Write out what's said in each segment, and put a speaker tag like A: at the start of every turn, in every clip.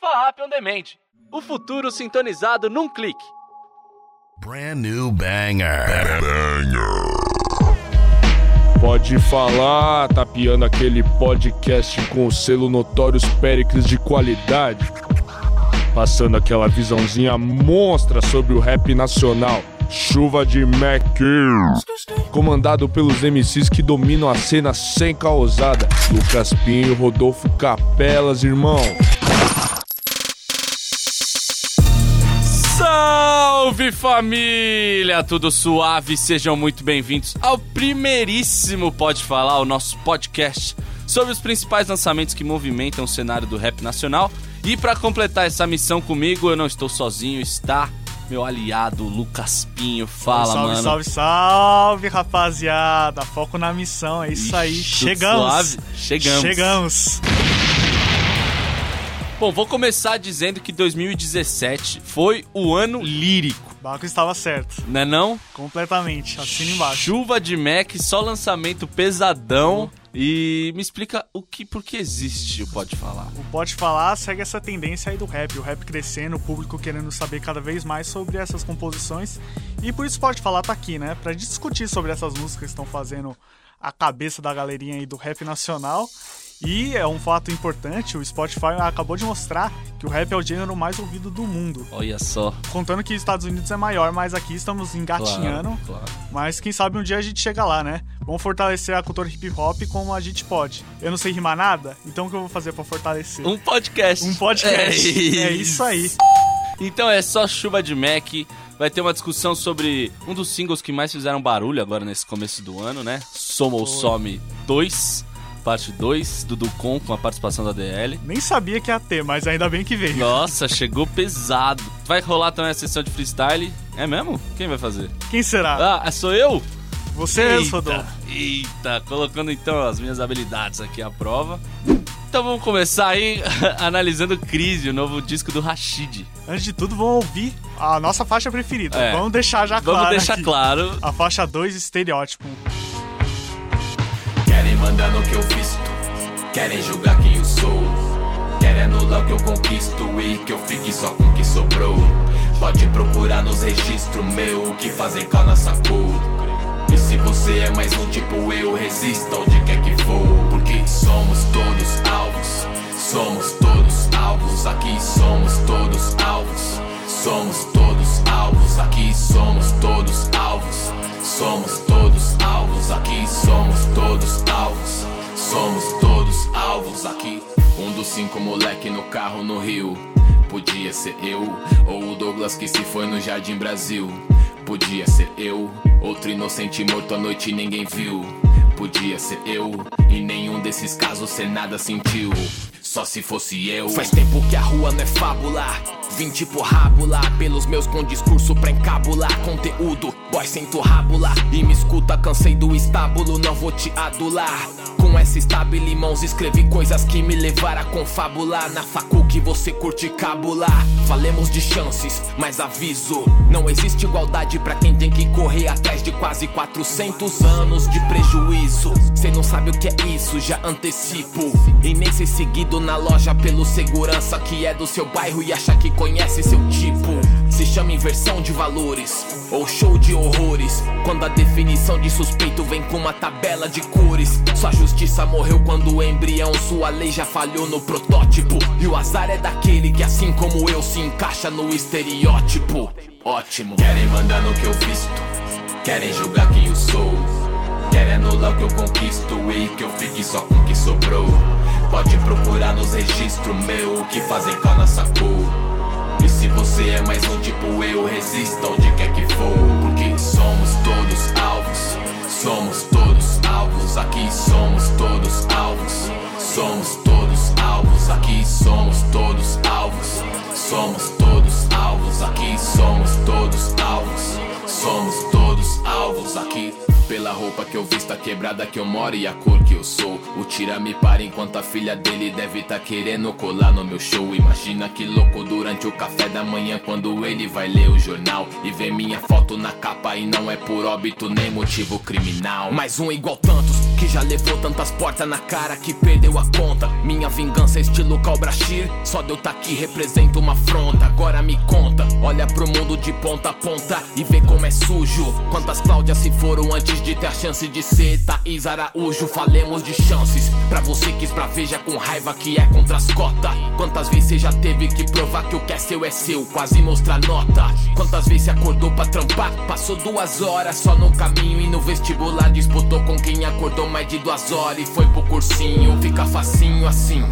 A: Farrap é um demente. O futuro sintonizado num clique.
B: Brand new banger. Banger.
C: Pode falar, tapeando aquele podcast com o selo Notórios Péricles de qualidade. Passando aquela visãozinha monstra sobre o rap nacional. Chuva de Mac. Comandado pelos MCs que dominam a cena sem causada. Lucas Pinho, Rodolfo Capelas, irmão.
A: Salve família! Tudo suave? Sejam muito bem-vindos ao primeiríssimo Pode Falar, o nosso podcast sobre os principais lançamentos que movimentam o cenário do rap nacional. E para completar essa missão comigo, eu não estou sozinho, está meu aliado Lucas Pinho. Fala,
D: salve,
A: mano.
D: salve, salve, rapaziada. Foco na missão, é isso aí.
A: Ixi, tudo
D: Chegamos.
A: suave? Chegamos.
D: Chegamos.
A: Bom, vou começar dizendo que 2017 foi o ano lírico,
D: Baco estava certo.
A: não é não?
D: Completamente. Assina embaixo.
A: Chuva de Mac, só lançamento pesadão. E me explica o que, por que existe o Pode Falar.
D: O Pode Falar segue essa tendência aí do rap. O rap crescendo, o público querendo saber cada vez mais sobre essas composições. E por isso o Pode Falar tá aqui, né? Pra discutir sobre essas músicas que estão fazendo a cabeça da galerinha aí do rap nacional. E é um fato importante, o Spotify acabou de mostrar que o rap é o gênero mais ouvido do mundo.
A: Olha só.
D: contando que os Estados Unidos é maior, mas aqui estamos engatinhando.
A: Claro, claro.
D: Mas quem sabe um dia a gente chega lá, né? Vamos fortalecer a cultura hip hop como a gente pode. Eu não sei rimar nada, então o que eu vou fazer pra fortalecer?
A: Um podcast.
D: Um podcast. É isso aí.
A: Então é só Chuva de Mac. Vai ter uma discussão sobre um dos singles que mais fizeram barulho agora nesse começo do ano, né? Soma ou
D: Foi.
A: Some 2, parte 2, do Ducon com a participação da DL.
D: Nem sabia que ia ter, mas ainda bem que veio.
A: Nossa, chegou pesado. Vai rolar também a sessão de freestyle. É mesmo? Quem vai fazer?
D: Quem será?
A: Ah, sou eu?
D: Você mesmo, Rodolfo.
A: Eita, colocando então as minhas habilidades aqui à prova. Então vamos começar aí analisando Crise, o novo disco do Rashid.
D: Antes de tudo, vão ouvir a nossa faixa preferida.
A: É.
D: Vamos deixar já
A: Vamos
D: claro.
A: deixar
D: aqui.
A: claro.
D: A faixa 2, estereótipo.
E: Querem mandar no que eu visto, querem julgar quem eu sou. Querem anular o que eu conquisto e que eu fique só com o que sobrou. Pode procurar nos registros meu o que fazem com a nossa cor. E se você é mais um tipo eu, resista onde quer que for. Porque somos todos alvos, somos todos alvos, aqui somos todos alvos. Somos todos alvos, aqui somos todos alvos. Somos todos alvos, aqui somos todos alvos. Somos todos alvos aqui. Um dos cinco moleque no carro no Rio. Podia ser eu, ou o Douglas que se foi no Jardim Brasil. Podia ser eu, outro inocente morto à noite e ninguém viu. Podia ser eu, em nenhum desses casos cê nada sentiu. Só se fosse eu. Faz tempo que a rua não é fábula. Vim tipo rábula, pelos meus com discurso pra encabular conteúdo. Boy, sento rábula e me escuta, cansei do estábulo, não vou te adular. Com essa estábil em mãos escrevi coisas que me levaram a confabular. Na facu que você curte cabular. Falemos de chances, mas aviso: não existe igualdade pra quem tem que correr atrás de quase 400 anos de prejuízo. Cê não sabe o que é isso, já antecipo. E nem ser seguido na loja pelo segurança que é do seu bairro e achar que conhece seu tipo. Se chama inversão de valores ou show de horrores. Quando a definição de suspeito vem com uma tabela de cores. Sua justiça morreu quando o embrião, sua lei já falhou no protótipo. E o azar é daquele que, assim como eu, se encaixa no estereótipo. Ótimo. Querem mandar no que eu visto, querem julgar quem eu sou. Querem anular o que eu conquisto e que eu fique só com o que sobrou. Pode procurar nos registros meu o que fazem com a nossa cor. E se você é mais um tipo eu, resista onde quer que for. Porque somos todos alvos, somos todos alvos, aqui somos todos alvos. Somos todos alvos, aqui somos todos alvos. Somos todos alvos, aqui somos todos alvos. Somos todos alvos aqui. Pela roupa roupa que eu visto, a quebrada que eu moro e a cor que eu sou. O tira me para enquanto a filha dele deve tá querendo colar no meu show. Imagina que louco durante o café da manhã quando ele vai ler o jornal e vê minha foto na capa e não é por óbito nem motivo criminal. Mais um igual tantos que já levou tantas portas na cara que perdeu a conta. Minha vingança é estilo Calbrachir, só de eu tá aqui representa uma afronta. Agora me conta, olha pro mundo de ponta a ponta e vê como é sujo. Quantas Cláudias se foram antes de ter a chance de ser Thaís Araújo? Falemos de chances. Pra você que esbraveja com raiva que é contra as cotas. Quantas vezes você já teve que provar que o que é seu é seu, quase mostrar nota. Quantas vezes você acordou pra trampar? Passou duas horas só no caminho e no vestibular disputou com quem acordou mais de duas horas e foi pro cursinho. Fica facinho assim.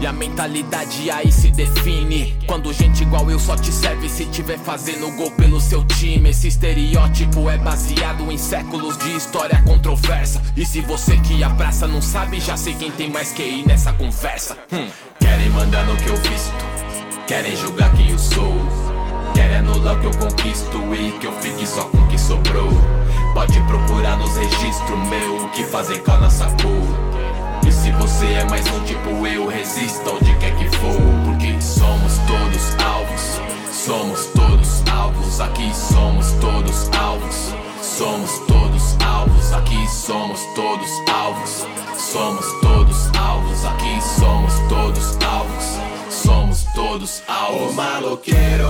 E: E a mentalidade aí se define. Quando gente igual eu só te serve se tiver fazendo gol pelo seu time. Esse estereótipo é baseado em séculos de história controversa. E se você que abraça não sabe, já sei quem tem mais que ir nessa conversa. Hum. Querem mandar no que eu visto, querem julgar quem eu sou. Querem anular o que eu conquisto e que eu fique só com o que sobrou. Pode procurar nos registros meu o que fazer com a nossa cor. E se você é mais um tipo eu, resista onde quer que for. Porque somos todos alvos, somos todos alvos, aqui somos todos alvos. Somos todos alvos, aqui somos todos alvos. Somos todos alvos, aqui somos todos alvos. Somos todos alvos. O maloqueiro,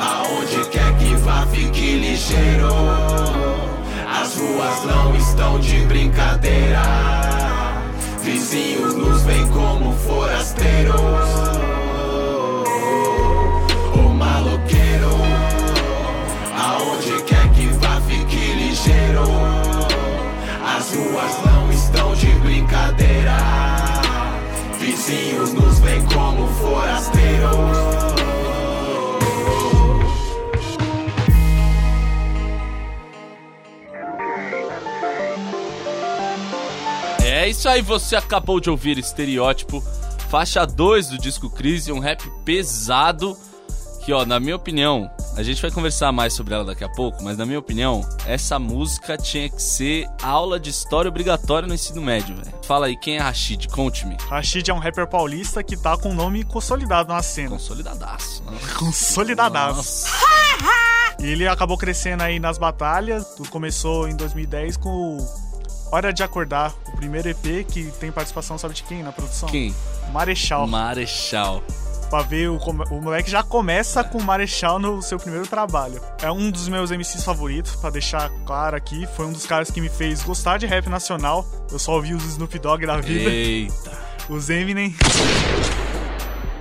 E: aonde quer que vá, fique ligeiro. As ruas não estão de brincadeira. Vizinhos nos veem como forasteiros. O maloqueiro, aonde quer que vá, fique ligeiro. As ruas não estão de brincadeira. Vizinhos nos veem como forasteiros.
A: É isso aí, você acabou de ouvir Estereótipo, faixa 2 do disco Crise, um rap pesado que, ó, na minha opinião, a gente vai conversar mais sobre ela daqui a pouco, mas na minha opinião, essa música tinha que ser aula de história obrigatória no ensino médio, velho. Fala aí, quem é Rashid? Conte-me.
D: Rashid é um rapper paulista que tá com um nome consolidado na cena.
A: Consolidadaço.
D: Consolidadaço.
A: Nossa.
D: E ele acabou crescendo aí nas batalhas. Tu Começou em 2010 com o Hora de Acordar, o primeiro EP que tem participação, sabe de quem na produção?
A: Quem?
D: Marechal.
A: Marechal.
D: Pra ver, o, come- o moleque já começa com o Marechal no seu primeiro trabalho. É um dos meus MCs favoritos, pra deixar claro aqui. Foi um dos caras que me fez gostar de rap nacional. Eu só ouvi os Snoop Dogg da vida,
A: Eita.
D: os Eminem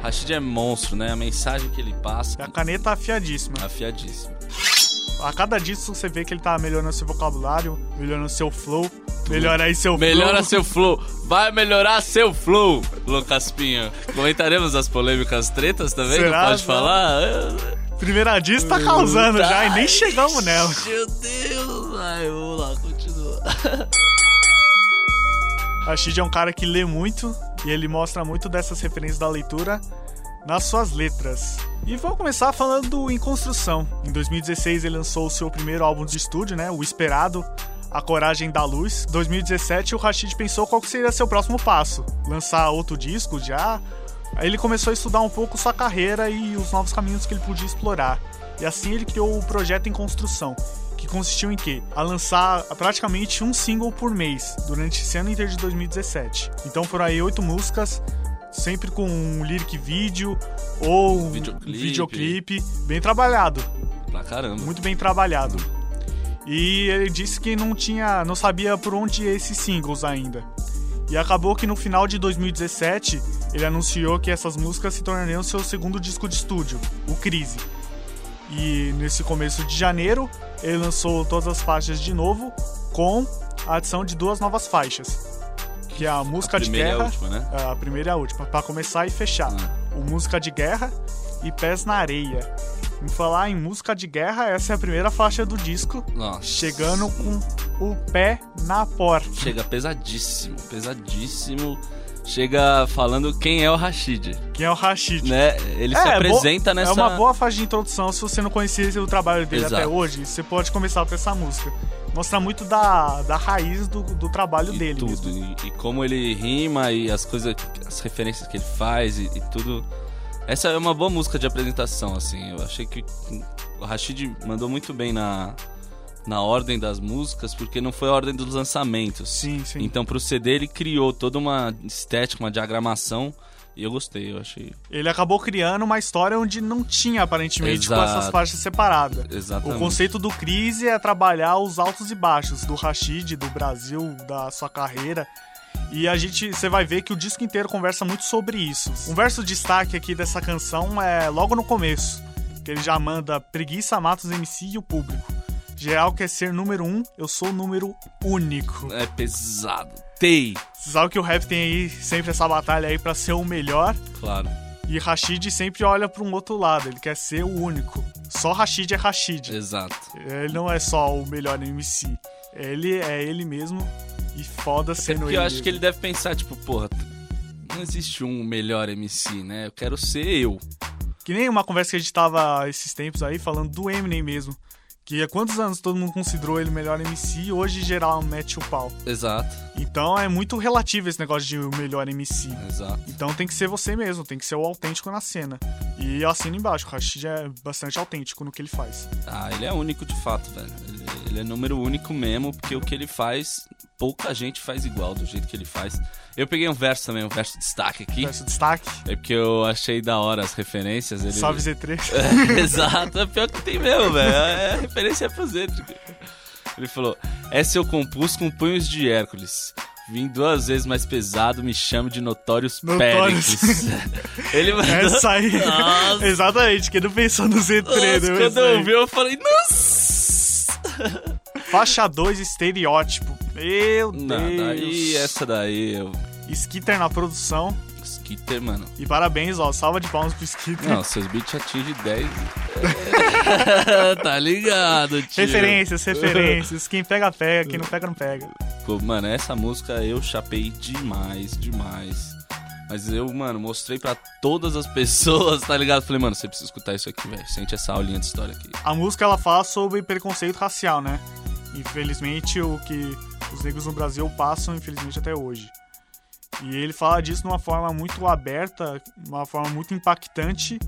A: Rashid é monstro, né? A mensagem que ele passa.
D: e a caneta afiadíssima.
A: Afiadíssimo.
D: A cada disco você vê que ele tá melhorando seu vocabulário, melhorando seu flow, melhora aí seu
A: Melhora
D: flow.
A: seu flow. Vai melhorar seu flow, Lucas Pinho. Comentaremos as polêmicas tretas também,
D: Será?
A: não pode
D: Não.
A: falar? Eu-
D: Primeira disco tá causando já e nem chegamos nela.
A: Meu Deus, ai, vamos lá, continua.
D: A Shid é um cara que lê muito e ele mostra muito dessas referências da leitura nas suas letras. E vamos começar falando do Em Construção. Em 2016 ele lançou o seu primeiro álbum de estúdio, né, o esperado A Coragem da Luz. Em 2017 o Rashid pensou qual que seria seu próximo passo, lançar outro disco já. Aí ele começou a estudar um pouco sua carreira e os novos caminhos que ele podia explorar. E assim ele criou o projeto Em Construção, que consistiu em quê? A lançar praticamente um single por mês durante esse ano inteiro de 2017. Então foram aí oito músicas, sempre com um lyric vídeo ou um
A: Videoclipe.
D: videoclipe bem trabalhado,
A: Pra caramba.
D: muito bem trabalhado. E ele disse que não tinha, não sabia por onde ia esses singles ainda. E acabou que no final de 2017 ele anunciou que essas músicas se tornariam seu segundo disco de estúdio, o Crise. E nesse começo de janeiro, ele lançou todas as faixas de novo, com a adição de duas novas faixas. Que é a Música de
A: primeira e a
D: Guerra.
A: última, né?
D: é, A primeira e a última, pra começar e fechar.
A: Hum.
D: O Música de Guerra e Pés na Areia. Em falar em música de guerra, essa é a primeira faixa do disco,
A: Nossa.
D: chegando com o pé na porta.
A: Chega pesadíssimo, pesadíssimo. Chega falando quem é o Rashid,
D: Quem é o Rashid?
A: né? Ele se
D: é bo-
A: apresenta nessa...
D: É uma boa faixa de introdução. Se você não conhecia o trabalho dele
A: Exato.
D: até hoje, você pode começar por essa música. mostrar muito da, da raiz do, do trabalho
A: e
D: dele. mesmo.
A: tudo. E, e como ele rima e as coisas, as referências que ele faz e, e tudo. Essa é uma boa música de apresentação, assim. Eu achei que o Rashid mandou muito bem na, na ordem das músicas, porque não foi a ordem dos lançamentos.
D: Sim, sim.
A: Então, pro CD, ele criou toda uma estética, uma diagramação. E eu gostei, eu achei.
D: Ele acabou criando uma história onde não tinha, aparentemente, com essas
A: Exato.
D: faixas separadas.
A: Exatamente.
D: O conceito do Crise é trabalhar os altos e baixos do Rashid, do Brasil, da sua carreira. E a gente, você vai ver que o disco inteiro conversa muito sobre isso. Um verso destaque aqui dessa canção é logo no começo, que ele já manda preguiça mata os MC e o público. Geral quer ser número um, eu sou o número único.
A: É pesado. Tei,
D: Você sabe que o rap tem aí sempre essa batalha aí pra ser o melhor.
A: claro.
D: E Rashid sempre olha para um outro lado, ele quer ser o único. Só Rashid é Rashid.
A: Exato.
D: Ele não é só o melhor MC. Ele é ele mesmo e foda
A: É
D: sendo
A: porque
D: ele.
A: eu acho que ele
D: mesmo.
A: deve pensar, tipo, porra, t- não existe um melhor MC, né? Eu quero ser eu.
D: Que nem uma conversa que a gente tava esses tempos aí falando do Eminem mesmo. Que há quantos anos todo mundo considerou ele o melhor MC e hoje geral mete o pau.
A: Exato,
D: Então é muito relativo esse negócio de o melhor MC.
A: exato.
D: Então tem que ser você mesmo, tem que ser o autêntico na cena. E eu assino embaixo, o Rashid é bastante autêntico no que ele faz.
A: Ah, ele é único de fato, velho. Ele, ele é número único mesmo, porque o que ele faz, pouca gente faz igual do jeito que ele faz. Eu peguei um verso também, um verso de destaque aqui.
D: Peço destaque.
A: É porque eu achei da hora as referências. Ele...
D: Salve Z3.
A: Exato, é pior que tem mesmo, velho. É, a referência é pro Zedric. Ele falou: Essa eu compus com punhos de Hércules. Vim duas vezes mais pesado, me chame de Notórios
D: Notorious.
A: Péricles. Ele mandou.
D: Essa aí.
A: Nossa.
D: É, Exatamente, que não pensou no Z3.
A: Nossa,
D: né,
A: quando
D: essa aí.
A: eu vi, eu falei: Nossa!
D: Faixa 2 estereótipo. Meu
A: Não,
D: Deus.
A: daí, essa daí, eu.
D: Skitter na produção.
A: Skitter, mano.
D: E parabéns, ó. Salva de palmas pro Skitter.
A: Não, seus beats atingem 10. tá ligado, tio.
D: referências, referências. Quem pega, pega. Quem não pega, não pega.
A: Pô, Mano, essa música eu chapei demais, demais. Mas eu, mano, mostrei pra todas as pessoas, tá ligado? Falei, mano, você precisa escutar isso aqui, velho. Sente essa aulinha de história aqui.
D: A música, ela fala sobre preconceito racial, né? Infelizmente, o que os negros no Brasil passam, infelizmente, até hoje. E ele fala disso de uma forma muito aberta, uma forma muito impactante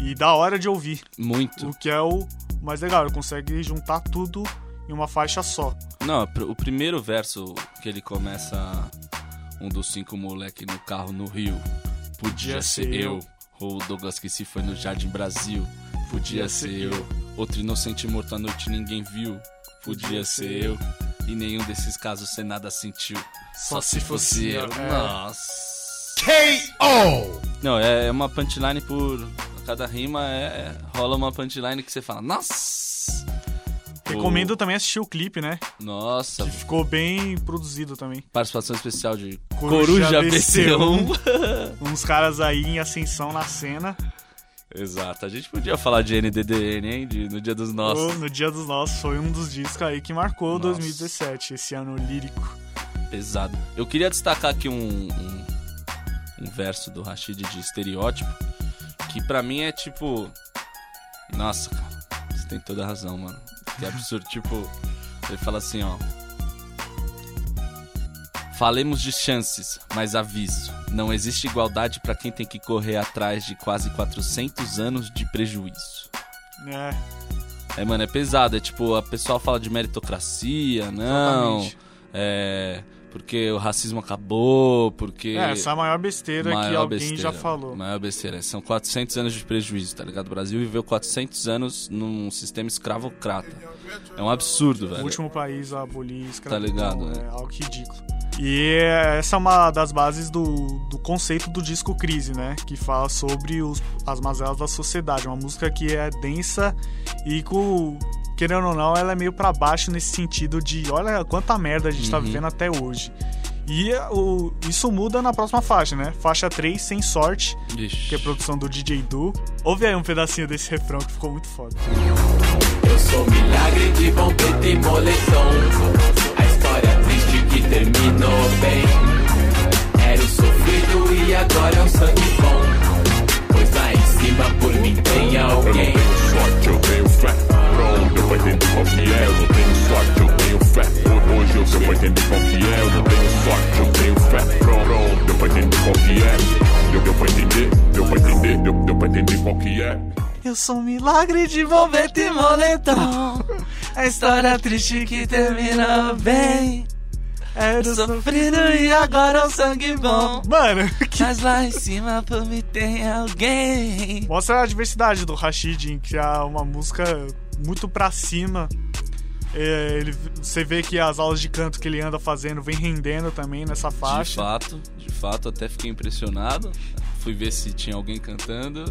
D: e da hora de ouvir.
A: Muito.
D: O que é o mais legal, ele consegue juntar tudo em uma faixa só.
A: Não, pr- o primeiro verso que ele começa um dos cinco moleque no carro no Rio. Podia ser eu. O Douglas que se foi no Jardim Brasil. Podia ser eu. Outro inocente morto à noite ninguém viu. Podia ser eu. E nenhum desses casos sem nada sentiu. Só se fosse eu.
D: É.
A: Nossa.
B: K.O.
A: Não, é, é uma punchline por. a Cada rima é, rola uma punchline que você fala, nossa!
D: Recomendo também assistir o clipe, né?
A: O- Nossa,
D: Que ficou bem produzido também.
A: participação especial de
D: Coruja
A: Coruja,
D: BC1.
A: BC1.
D: Uns caras aí em ascensão na cena,
A: Exato, a gente podia falar de NDDN, hein? De- no dia dos
D: ou
A: nossos.
D: no Dia dos Nossos, foi um dos discos aí que marcou
A: Nossa.
D: 2017, esse ano lírico.
A: Pesado. Eu queria destacar aqui um, um, um verso do Rashid de estereótipo, que pra mim é tipo. Nossa, cara, você tem toda a razão, mano. Que absurdo. tipo, ele fala assim, ó. Falemos de chances, mas aviso: não existe igualdade pra quem tem que correr atrás de quase 400 anos de prejuízo.
D: né?
A: É, mano, é pesado. É tipo, a pessoa fala de meritocracia, não.
D: Exatamente.
A: É. Porque o racismo acabou, porque.
D: É, essa é a maior besteira que alguém já falou.
A: Maior besteira. São 400 anos de prejuízo, tá ligado? O Brasil viveu 400 anos num sistema escravocrata. É um absurdo,
D: O
A: velho. Tá
D: último país a abolir escravidão.
A: ligado,
D: É
A: né?
D: algo ridículo. E é- essa é uma das bases do, do conceito do disco Crise, né? Que fala sobre os- as mazelas da sociedade. Uma música que é densa e com. Querendo ou não, ela é meio pra baixo nesse sentido de olha quanta merda a gente
A: Uhum.
D: tá vivendo até hoje. E é, o- isso muda na próxima faixa, né? Faixa 3, Sem Sorte,
A: Ixi.
D: que é produção do DJ Du. Ouve aí um pedacinho desse refrão que ficou muito foda.
E: Eu sou milagre de bom preto e moletom A história triste que terminou bem Era o sofrido e agora é o sangue bom Pois lá em cima por mim tem alguém
F: Eu não tenho sorte, eu tenho fé. Pra onde eu vai dentro do dinheiro? Eu não tenho sorte, eu tenho
E: entender qual que é.
D: Eu sou um milagre de bombeta e moletom. A história triste que terminou bem. Era o sofrido e agora é o sangue bom. Mano, que...
F: Mas lá em cima por mim tem alguém.
D: mostra a diversidade do Rashid, em que é uma música muito pra cima. É, ele- você vê que as aulas de canto que ele anda fazendo vem rendendo também nessa
A: De
D: faixa.
A: fato, de fato, até fiquei impressionado. Fui ver se tinha alguém cantando.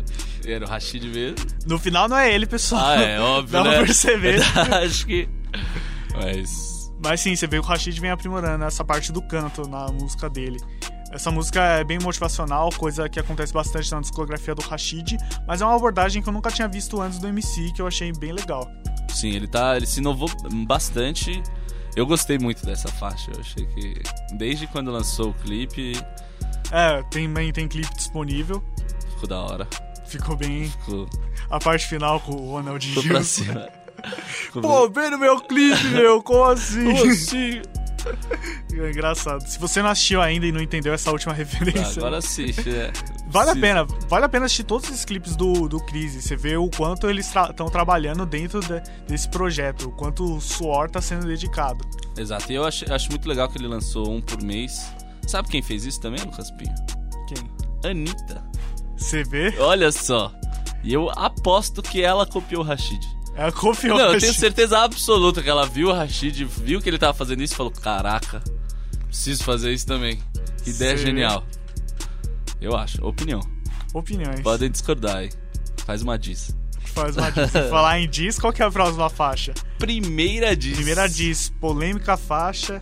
A: Era o Rashid mesmo.
D: No final não é ele, pessoal.
A: Ah, é óbvio,
D: Dá pra
A: né?
D: perceber.
A: Acho que... Mas...
D: Mas sim, você vê que o Rashid vem aprimorando essa parte do canto na música dele. Essa música é bem motivacional, coisa que acontece bastante na discografia do Rashid, mas é uma abordagem que eu nunca tinha visto antes do MC, que eu achei bem legal.
A: Sim, ele tá. Ele se inovou bastante. Eu gostei muito dessa faixa. Eu achei que. Desde quando lançou o clipe,
D: É, tem, tem clipe disponível,
A: ficou da hora.
D: ficou bem.
A: Ficou,
D: A parte final com o Ronald
A: ficou pra
D: Gilson.
A: cima. Ficou
D: Pô, vem no meu clipe, meu, como assim?
A: bem- Como assim?
D: É engraçado. Se você não assistiu ainda e não entendeu essa última
A: Ah,
D: referência,
A: Agora assiste, é.
D: vale a
A: Se-
D: pena. Vale a pena assistir todos esses clipes do, do Crise. Você vê o quanto eles estão trabalhando dentro de- desse projeto, o quanto o suor tá sendo dedicado.
A: Exato. E eu acho, acho muito legal que ele lançou um por mês. Sabe quem fez isso também, Lucas Pinho?
D: Quem?
A: Anitta.
D: Você vê?
A: Olha só. E eu aposto que ela copiou o Rashid.
D: É a confiança.
A: Não, eu tenho certeza absoluta que ela viu o Rashid, viu que ele tava fazendo isso e falou: Caraca, preciso fazer isso também. Que ideia
D: Sim.
A: genial. Eu acho. Opinião.
D: Opiniões.
A: Podem discordar, hein? Faz uma diz.
D: Faz uma diz. Falar em diz, qual que é a próxima faixa?
A: Primeira diz.
D: Primeira diz, polêmica faixa.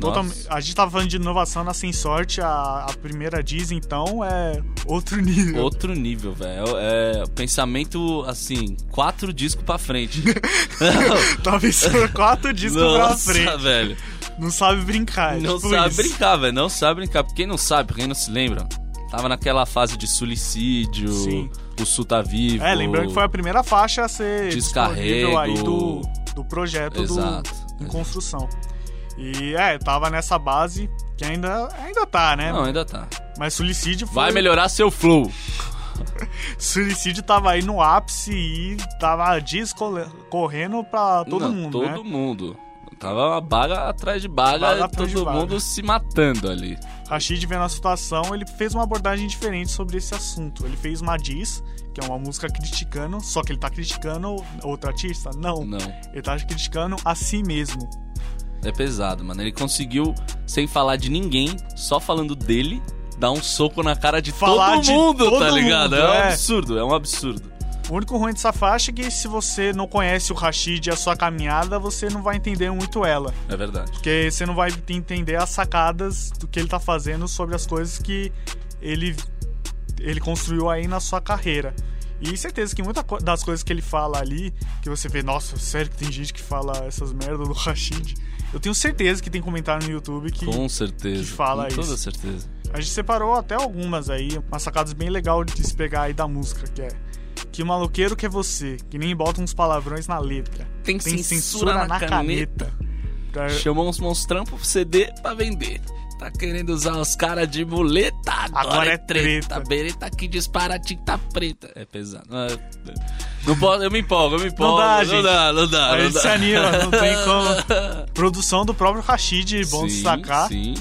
A: Nossa.
D: Totalme- A gente tava falando de inovação na Sem Sorte, a, a primeira diz, então, é outro nível.
A: Outro nível, velho. É pensamento, assim, quatro discos pra frente.
D: Tá pensando quatro discos pra
A: Nossa,
D: frente.
A: velho.
D: Não sabe brincar. é
A: Não
D: tipo
A: sabe
D: isso.
A: brincar, velho. Não sabe brincar. Pra Quem não sabe, pra quem não se lembra, tava naquela fase de suicídio,
D: Sim.
A: o Sul tá vivo.
D: É, lembrando que foi a primeira faixa a ser
A: Descarrego.
D: disponível aí do, do projeto
A: Exato,
D: do, em
A: exato.
D: construção. E é, tava nessa base que ainda, ainda tá, né?
A: Não, ainda tá.
D: Mas Suicídio foi.
A: Vai melhorar seu flow.
D: Suicídio tava aí no ápice e tava disco correndo pra todo
A: Não,
D: mundo,
A: Todo
D: né?
A: mundo. Tava uma baga atrás de baga,
D: Baga atrás de
A: todo
D: baga.
A: mundo se matando ali.
D: Rashid vendo a situação, ele fez uma abordagem diferente sobre esse assunto. Ele fez uma diz, que é uma música criticando, só que ele tá criticando outro artista? Não.
A: Não.
D: Ele tá criticando a si mesmo.
A: É pesado, mano. Ele conseguiu, sem falar de ninguém, só falando dele, dar um soco na cara de
D: Falar
A: todo
D: de
A: mundo,
D: todo
A: tá ligado?
D: mundo,
A: é um
D: é.
A: absurdo, é um absurdo.
D: O único ruim dessa faixa é que se você não conhece o Rashid e a sua caminhada, você não vai entender muito ela.
A: É verdade.
D: Porque você não vai entender as sacadas do que ele tá fazendo sobre as coisas que ele, ele construiu aí na sua carreira. E certeza que muitas das coisas que ele fala ali, que você vê, nossa, sério que tem gente que fala essas merdas do Rashid. Eu tenho certeza que tem comentário no YouTube que
A: Com certeza.
D: que fala
A: com toda
D: isso.
A: certeza.
D: a gente separou até algumas aí, umas sacadas bem legal de se pegar aí da música, que é que maloqueiro que é você, que nem bota uns palavrões na letra.
A: Tem
D: Pra-
A: Chamou uns monstrão pro CD pra vender. Tá querendo usar os caras de muleta? Agora,
D: Agora
A: é
D: é
A: treta.
D: treta.
A: Bereta que dispara tinta preta. É pesado. Ah, Não posso, eu me empolgo, eu me empolgo.
D: Não dá,
A: não
D: gente.
A: dá, não dá.
D: A
A: não
D: gente
A: dá.
D: se anima, não tem como. Produção do próprio Rashid, bom
A: Sim,
D: destacar.
A: Sim.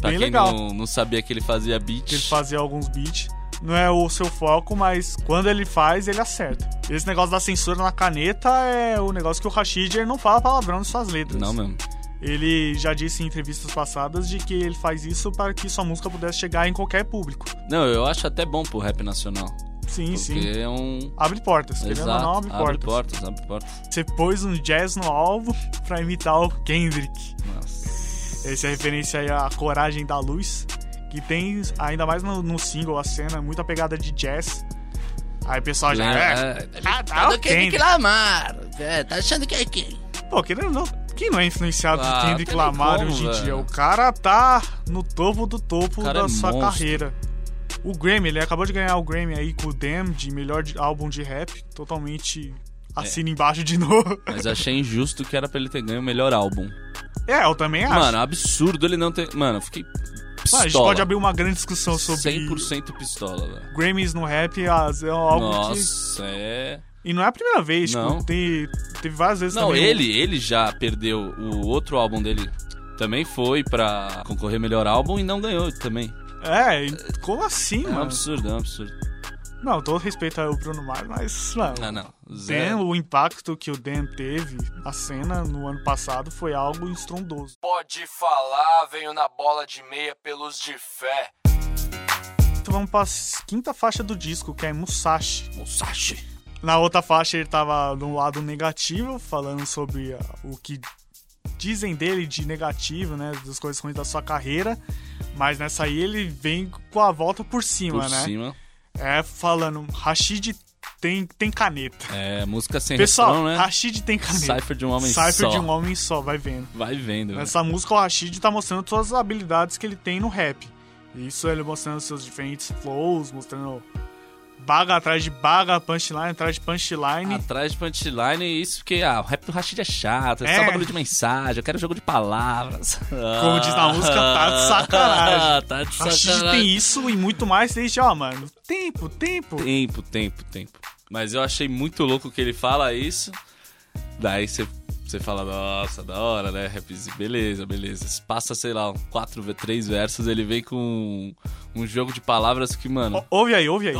A: Pra
D: Bem
A: quem
D: legal.
A: Não, não sabia que ele fazia beat.
D: Que ele fazia alguns beats. Não é o seu foco, mas quando ele faz, ele acerta. Esse negócio da censura na caneta é o negócio que o Rashid ele não fala palavrão nas suas letras.
A: Não mesmo.
D: Ele já disse em entrevistas passadas de que ele faz isso para que sua música pudesse chegar em qualquer público.
A: Não, eu acho até bom pro rap nacional.
D: Sim, sim.
A: Porque é um.
D: Abre portas, querendo
A: Exato.
D: ou não, abre,
A: abre
D: portas.
A: portas, abre portas.
D: Você pôs um jazz no alvo para imitar o Kendrick.
A: Nossa.
D: Essa é a referência aí à Coragem da Luz, que tem, ainda mais no, no single, a cena, muita pegada de jazz. Aí o pessoal já. É, ah, tá o Kendrick.
F: Lamar. É, tá achando que é quem?
D: Pô, querendo ou não, quem não é influenciado
A: Ah,
D: por Kendrick
A: tem
D: Lamar
A: como,
D: hoje em dia?
A: velho.
D: O cara tá no topo do topo
A: O cara
D: da
A: é
D: sua
A: monstro.
D: carreira. O Grammy, ele acabou de ganhar o Grammy aí com o Damn de melhor de- álbum de rap, totalmente
A: É.
D: assina embaixo de novo.
A: Mas achei injusto que era pra ele ter ganho o melhor álbum.
D: É, eu também acho.
A: Mano, absurdo ele não ter. Mano, eu fiquei
D: Ah,
A: pistola.
D: a gente pode abrir uma grande discussão sobre
A: 100% pistola, velho.
D: Grammys no rap, as- é algo que...
A: Nossa, é...
D: E não é a primeira vez,
A: Não.
D: tipo, tem, teve várias vezes
A: Não,
D: também. o-
A: ele, ele já perdeu o outro álbum dele. Também foi pra concorrer melhor álbum e não ganhou também.
D: É, como assim,
A: É um
D: mano?
A: absurdo, é um absurdo.
D: Não, todo respeito ao Bruno Mars, mas, mano...
A: Ah, não.
D: Dan,
A: Zero.
D: o impacto que o Dan teve na cena no ano passado foi algo estrondoso.
E: Pode falar, venho na bola de meia pelos de fé.
D: Então vamos pra s- quinta faixa do disco, que é Musashi.
A: Musashi.
D: Na outra faixa ele tava no lado negativo, falando sobre ah, o que dizem dele de negativo, né? Das coisas ruins da sua carreira. Mas nessa aí ele vem com a volta por cima,
A: Por
D: né?
A: cima.
D: É falando, Rashid tem, tem caneta.
A: É, música sem
D: Pessoal,
A: refrão, né?
D: Rashid tem caneta.
A: Cypher de um homem
D: Cypher
A: só.
D: de um homem só, vai vendo.
A: Vai vendo, velho.
D: Nessa música, o Rashid tá mostrando todas as habilidades que ele tem no rap. Isso ele mostrando seus diferentes flows, mostrando baga atrás de baga, punchline atrás de punchline.
A: Atrás de punchline, isso porque ah, o rap do Rashid é chato, é, só
D: É.
A: bagulho de mensagem, eu quero jogo de palavras.
D: Como diz na música, tá de sacanagem.
A: tá de
D: O Rashid
A: sacanagem.
D: tem isso e muito mais desde, ó, mano, tempo, tempo.
A: Tempo, tempo, tempo. Mas eu achei muito louco que ele fala isso. Daí você você fala, nossa, da hora, né? Rapzinho, beleza, beleza. Passa, sei lá, um quatro, três versos, ele vem com um, um jogo de palavras que, mano.
D: Ó, Ouve aí, ouve aí.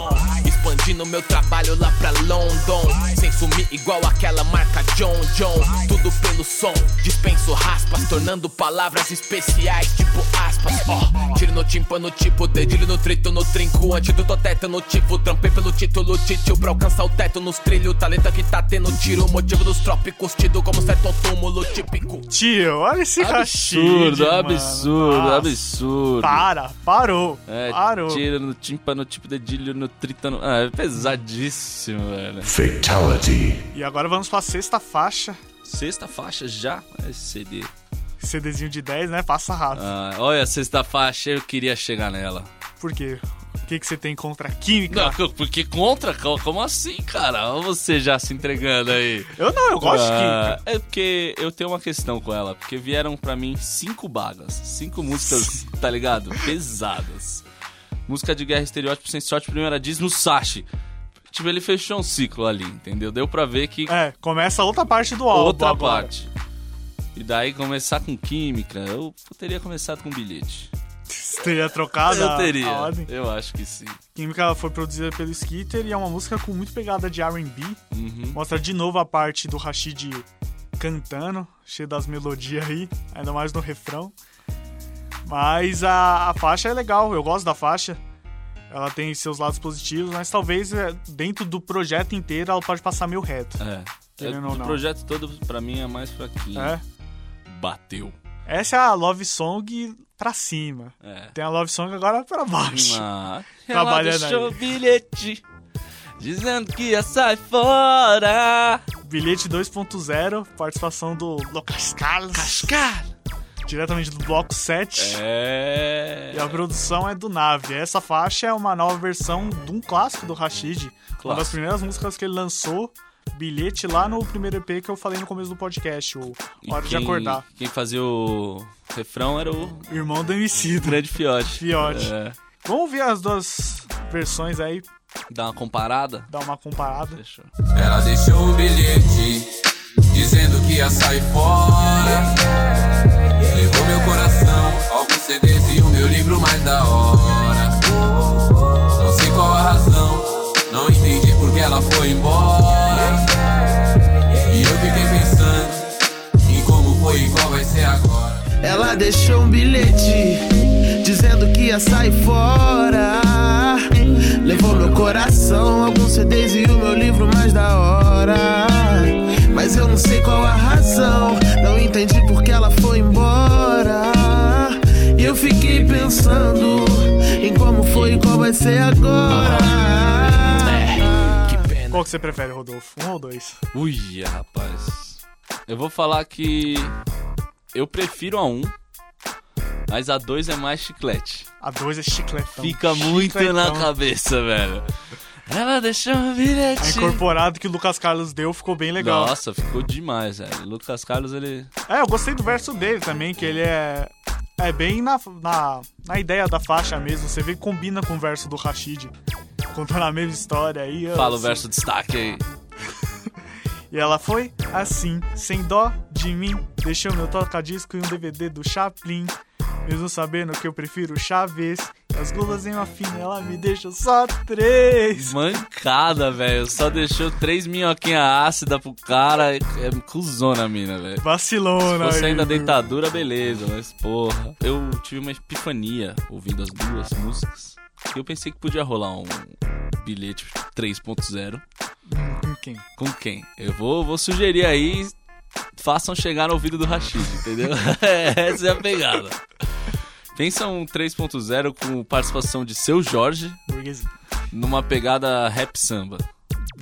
E: Expandindo meu trabalho lá pra London. Sem sumir igual aquela marca John John. Tudo pelo som, dispenso raspas, tornando palavras especiais, tipo aspas. Ó, tiro no timpano, tipo dedilho no trito, no trinco, antídoto tétano, tipo trampei pelo título, titio pra alcançar o teto nos trilhos. Talento que tá tendo tiro, motivo dos trópicos, tido como certo túmulo típico.
D: Tio, olha esse Rashid.
A: Absurdo,
D: mano.
A: absurdo,
D: Nossa,
A: absurdo.
D: Para, parou,
A: É,
D: parou.
A: tiro no tímpano, tipo dedilho no tritano. Ah, é pesadíssimo, velho.
B: Fatality.
D: E agora vamos pra sexta faixa,
A: Sexta faixa já é CD.
D: CDzinho de 10, né? Passa rápido.
A: Ah, olha, a sexta faixa, eu queria chegar nela.
D: Por quê? O que, que você tem contra a química?
A: Não, co- porque contra? Co- Como assim, cara? Olha você já se entregando aí.
D: Eu não, eu gosto de química.
A: Ah, É porque eu tenho uma questão com ela. Porque vieram pra mim cinco bagas. Cinco músicas, tá ligado? Pesadas. Música de guerra, estereótipo, sem sorte, primeira diz no Sashi. Tipo, ele fechou um ciclo ali, entendeu? Deu pra ver que
D: É, começa outra parte do álbum.
A: outra
D: agora.
A: parte. E daí começar com química, eu teria começado com bilhete.
D: Você teria trocado
A: eu
D: a-
A: teria.
D: Ah, a ordem.
A: eu acho que sim.
D: Química foi produzida pelo Skitter e é uma música com muito pegada de R&B.
A: Uhum.
D: Mostra de novo a parte do Rashid cantando, cheio das melodias aí, ainda mais no refrão. Mas a, a faixa é legal, eu gosto da faixa. Ela tem seus lados positivos, mas talvez é, dentro do projeto inteiro ela pode passar meio reto.
A: É.
D: Querendo
A: o
D: ou não.
A: projeto todo, pra mim, é mais fraquinho.
D: É.
A: Bateu.
D: Essa é a Love Song pra cima.
A: É.
D: Tem a Love Song agora pra baixo.
A: Ah, ela
D: Trabalhando
A: deixou
D: aí.
A: bilhete dizendo que ia sair fora.
D: Bilhete 2.0, participação do Lucas Carlos,
A: Cascar.
D: diretamente do bloco 7.
A: É.
D: E a produção é do Nave. Essa faixa é uma nova versão de um clássico do Rashid. Uma das
A: Clássico.
D: primeiras músicas que ele lançou. Bilhete lá no primeiro EP que eu falei no começo do podcast, o
A: E
D: Hora de
A: quem-
D: Acordar.
A: Quem fazia o refrão era o
D: Irmão do MC.
A: grande Fiote.
D: Fiote.
A: É.
D: Vamos ver as duas versões aí,
A: Dá uma comparada.
D: dar uma comparada.
A: Fechou.
E: Ela deixou o bilhete dizendo que ia sair fora. Levou meu coração, alguns CDs e o meu livro mais da hora. Não sei qual a razão, não entendi porque ela foi embora. E eu fiquei pensando em como foi e qual vai ser agora.
G: Ela deixou um bilhete dizendo que ia sair fora. Levou meu coração, alguns CDs e o meu livro mais da hora. Mas eu não sei qual a razão, não entendi porque ela foi embora. E eu fiquei pensando em como foi e qual vai ser agora.
A: É, né?
D: Qual que você prefere, Rodolfo? Um ou dois?
A: Ui, rapaz. Eu vou falar que eu prefiro a 1, mas a 2 é mais chiclete.
D: A dois é chicletão.
A: Fica muito na
D: Chicletão.
A: cabeça, velho. Ela deixou um bilhete.
D: A É incorporado que o Lucas Carlos deu ficou bem legal.
A: Nossa, ficou demais, velho. Lucas Carlos, ele.
D: É, eu gostei do verso dele também, que ele é. É bem na, na, na ideia da faixa mesmo. Você vê que combina com o verso do Rashid. Contando a mesma história aí. eu- assim.
A: Fala o verso destaque aí.
D: E ela foi assim, sem dó de mim. Deixou meu toca-disco e um DVD do Chaplin. Mesmo sabendo que eu prefiro Chaves, as gulas em uma fina, ela me deixa só três.
A: Mancada, velho. Só deixou três minhoquinhas ácidas pro cara. É é cuzona a mina, velho.
D: Vacilona.
A: Você ainda
D: aí, viu?
A: deitadura, beleza, mas porra. Eu tive uma epifania ouvindo as duas músicas. E eu pensei que podia rolar um bilhete 3.0.
D: Com quem?
A: Com quem? Eu vou, vou sugerir aí. Façam chegar no ouvido do Rashid, entendeu? Essa é a pegada. Pensa um 3.0 com participação de seu Jorge
D: Burguesinha.
A: numa pegada rap samba.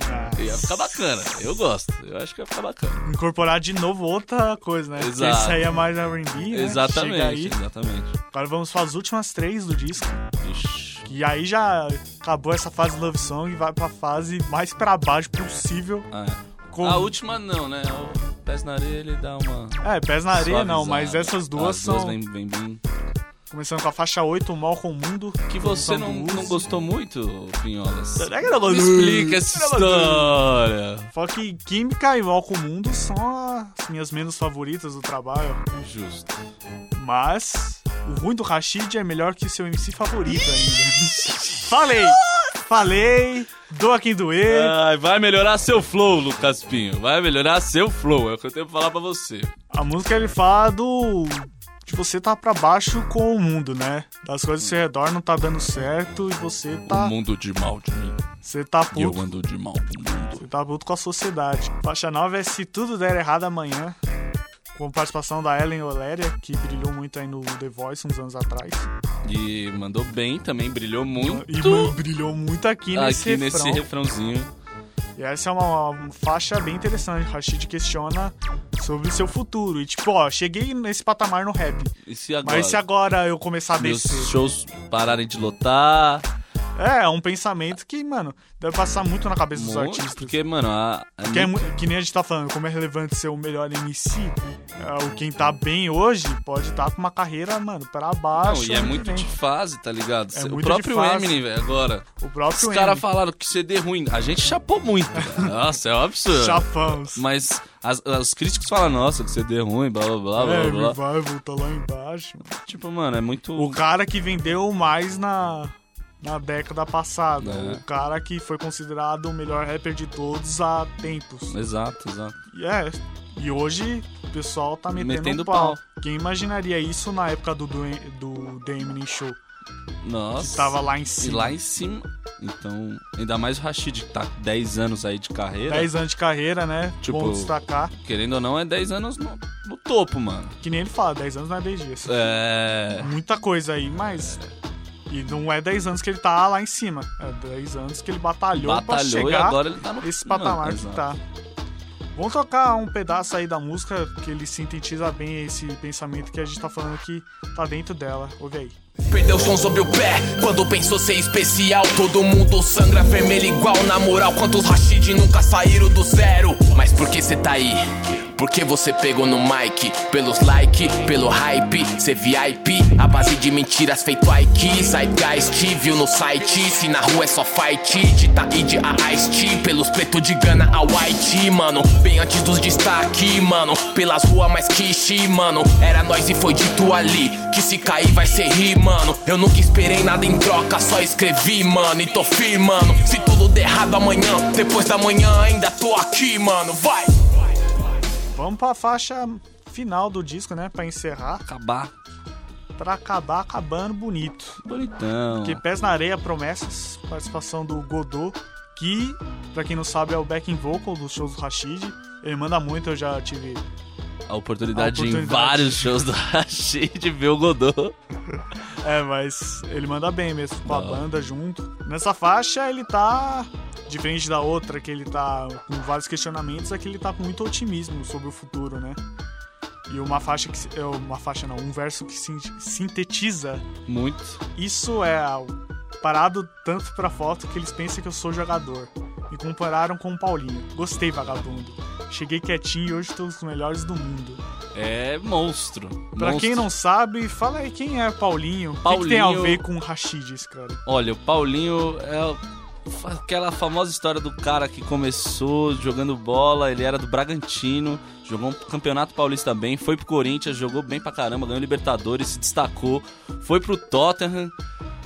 D: Ah,
A: Ia ficar bacana. Eu gosto. Eu acho que ia ficar bacana.
D: incorporar de novo outra coisa, né?
A: Exato.
D: Porque isso aí é mais R&B, né? Chega
A: exatamente,
D: aí.
A: exatamente.
D: Agora vamos para as últimas três do disco.
A: Ixi.
D: E aí já acabou essa fase love song e vai pra fase mais pra baixo possível.
A: Ah,
D: Com...
A: A última não, né? O pés na areia ele dá uma.
D: É, pés na areia não,
A: suavizada.
D: mas essas
A: As
D: duas são...
A: duas vem, vem bem.
D: Começando com a faixa 8, o Mal com o Mundo.
A: Que você não,
D: Produção do
A: não
D: Uzi.
A: gostou muito, Pinholas.
D: Me
A: Me é um explica essa história.
D: Fala que Química e Mal com o Mundo são as minhas menos favoritas do trabalho.
A: Justo.
D: Mas o ruim do Rashid é melhor que o seu MC favorito ainda. Falei! Falei! Doa quem doer.
A: Ai, vai melhorar seu flow, Lucas Pinho. Vai melhorar seu flow. É o que eu tenho pra falar pra você.
D: A música ele fala do. de você tá pra baixo com o mundo, né? Das coisas ao seu redor não tá dando certo e você
A: O
D: tá.
A: mundo de mal de mim.
D: Você tá
A: E eu
D: puto.
A: ando de mal pro mundo.
D: Você tá puto com a sociedade. Faixa 9 é Se Tudo Der Errado Amanhã. Com participação da Ellen Oléria, que brilhou muito aí no The Voice uns anos atrás.
A: E mandou bem também, brilhou muito.
D: E mano, brilhou muito aqui, nesse
A: aqui
D: refrão.
A: nesse refrãozinho.
D: E essa é uma, uma faixa bem interessante. Rashid questiona sobre o seu futuro. E tipo, ó, cheguei nesse patamar no rap.
A: E se agora
D: Mas se agora eu começar a
A: meus
D: descer?
A: shows pararem de lotar?
D: É, é um pensamento que, mano, deve passar muito na cabeça dos
A: Muito,
D: artistas.
A: porque, mano, a, a
D: Que, é mu- que nem a gente tá falando, como é relevante ser o melhor MC, é, o quem tá bem hoje pode estar com uma carreira, mano, pra baixo. né,
A: Não, e é
D: ano que
A: muito
D: vem.
A: de fase, tá ligado?
D: É
A: o
D: muito
A: próprio
D: de fase.
A: Eminem, velho, agora.
D: O próprio
A: Os caras
D: Eminem,
A: falaram que CD ruim. A gente chapou muito. velho. Nossa, é um absurdo.
D: Chapãos.
A: Mas as- as- os críticos falam, nossa, que CD ruim, blá blá blá blá
D: é,
A: blá.
D: Revival tá lá embaixo.
A: Tipo, mano, é muito.
D: O cara que vendeu mais na, na década passada.
A: É.
D: O cara que foi considerado o melhor rapper de todos há tempos.
A: Exato, exato.
D: E é. E hoje o pessoal tá metendo,
A: Metendo
D: um pau.
A: pau.
D: Quem imaginaria isso na época do, do, do The Eminem Show?
A: Nossa.
D: Que tava lá em
A: E
D: cima.
A: lá em cima. Então, ainda mais o Rashid, que tá 10 anos aí de carreira.
D: 10 anos de carreira, né?
A: Tipo-
D: Bom destacar.
A: Querendo ou não, é 10 anos no, no topo, mano.
D: Que nem ele fala, 10 anos não é 10 dias.
A: É.
D: Muita coisa aí, mas. E não é 10 anos que ele tá lá em cima. É 10 anos que ele batalhou, pra
A: Batalhou e
D: chegar
A: agora ele tá no
D: esse
A: Mano,
D: patamar que
A: exato.
D: tá. Vamos tocar um pedaço aí da música que ele sintetiza bem esse pensamento que a gente tá falando que tá dentro dela. Ouve aí.
E: Perdeu o chão sob o pé, quando pensou ser especial Todo mundo sangra vermelho igual Na moral, quantos Rashid nunca saíram do zero Mas por que cê tá aí? Por que você pegou no mic? Pelos like, pelo hype, cê VIP A base de mentiras feito Ike Zeitgeist, viu no site Se na rua é só fight De Taíde a Ice Pelos preto de Gana a White, mano Bem antes dos destaque, mano Pelas ruas mais quiche, mano Era nós e foi dito ali Que se cair vai ser rir, mano Eu nunca esperei nada em troca Só escrevi, mano, e tô firmando Se tudo der errado amanhã Depois da manhã ainda tô aqui, mano Vai!
D: Vamos pra faixa final do disco, né? Pra encerrar.
A: Acabar. tá
D: Pra acabar acabando bonito.
A: Bonitão.
D: Que Pés na Areia Promessas, participação do Godot, que, pra quem não sabe, é o backing vocal dos shows do Rashid. Ele manda muito, eu já tive.
A: A oportunidade,
D: A
A: em
D: oportunidade.
A: vários shows do Rashid de ver o Godot.
D: É, mas ele manda bem mesmo, com a
A: Da hora.
D: banda junto. Nessa faixa, ele tá. Diferente da outra, que ele tá com vários questionamentos, é que ele tá com muito otimismo sobre o futuro, né? E uma faixa que. se- é, Uma faixa não, um verso que sin- sintetiza.
A: Muito.
D: Isso é a- parado tanto pra foto que eles pensam que eu sou jogador. Me compararam com o Paulinho. Gostei, vagabundo. Cheguei quietinho e hoje estou os melhores do mundo.
A: É monstro.
D: Pra
A: monstro.
D: quem não sabe, fala aí quem é Paulinho. O que que tem a
A: Paulinho-
D: ver com o Rashid, esse cara?
A: Olha, o Paulinho é o- fa- aquela famosa história do cara que começou jogando bola, ele era do Bragantino, jogou um campeonato paulista bem, foi pro Corinthians, jogou bem pra caramba, ganhou Libertadores, se destacou, foi pro Tottenham,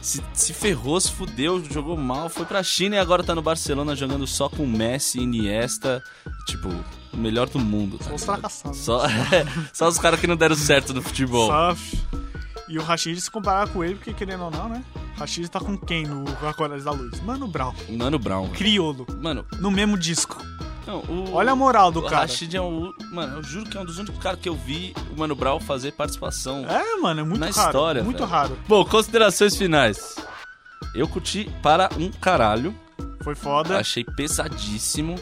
A: se, se ferrou, se fudeu, jogou mal, foi pra China e agora tá no Barcelona jogando só com Messi, Iniesta, tipo, o melhor do mundo. tá
D: Só os
A: ligado?
D: fracassados.
A: Só, só os caras que não deram certo no futebol.
D: Saf. E o Rashid se comparar com ele, porque querendo ou não, né? Rashid tá com quem no Acordes da Luz? Mano Brown.
A: Mano Brown. velho.
D: Criolo.
A: Mano,
D: No mesmo disco.
A: não, o-
D: Olha a moral do
A: O
D: cara.
A: Rashid é um. Mano, eu juro que é um dos únicos caras que eu vi o Mano Brown fazer participação.
D: É, mano, é muito
A: Na
D: raro.
A: história,
D: muito
A: velho.
D: raro.
A: Bom, considerações finais. Eu curti para um caralho.
D: Foi foda.
A: Achei pesadíssimo.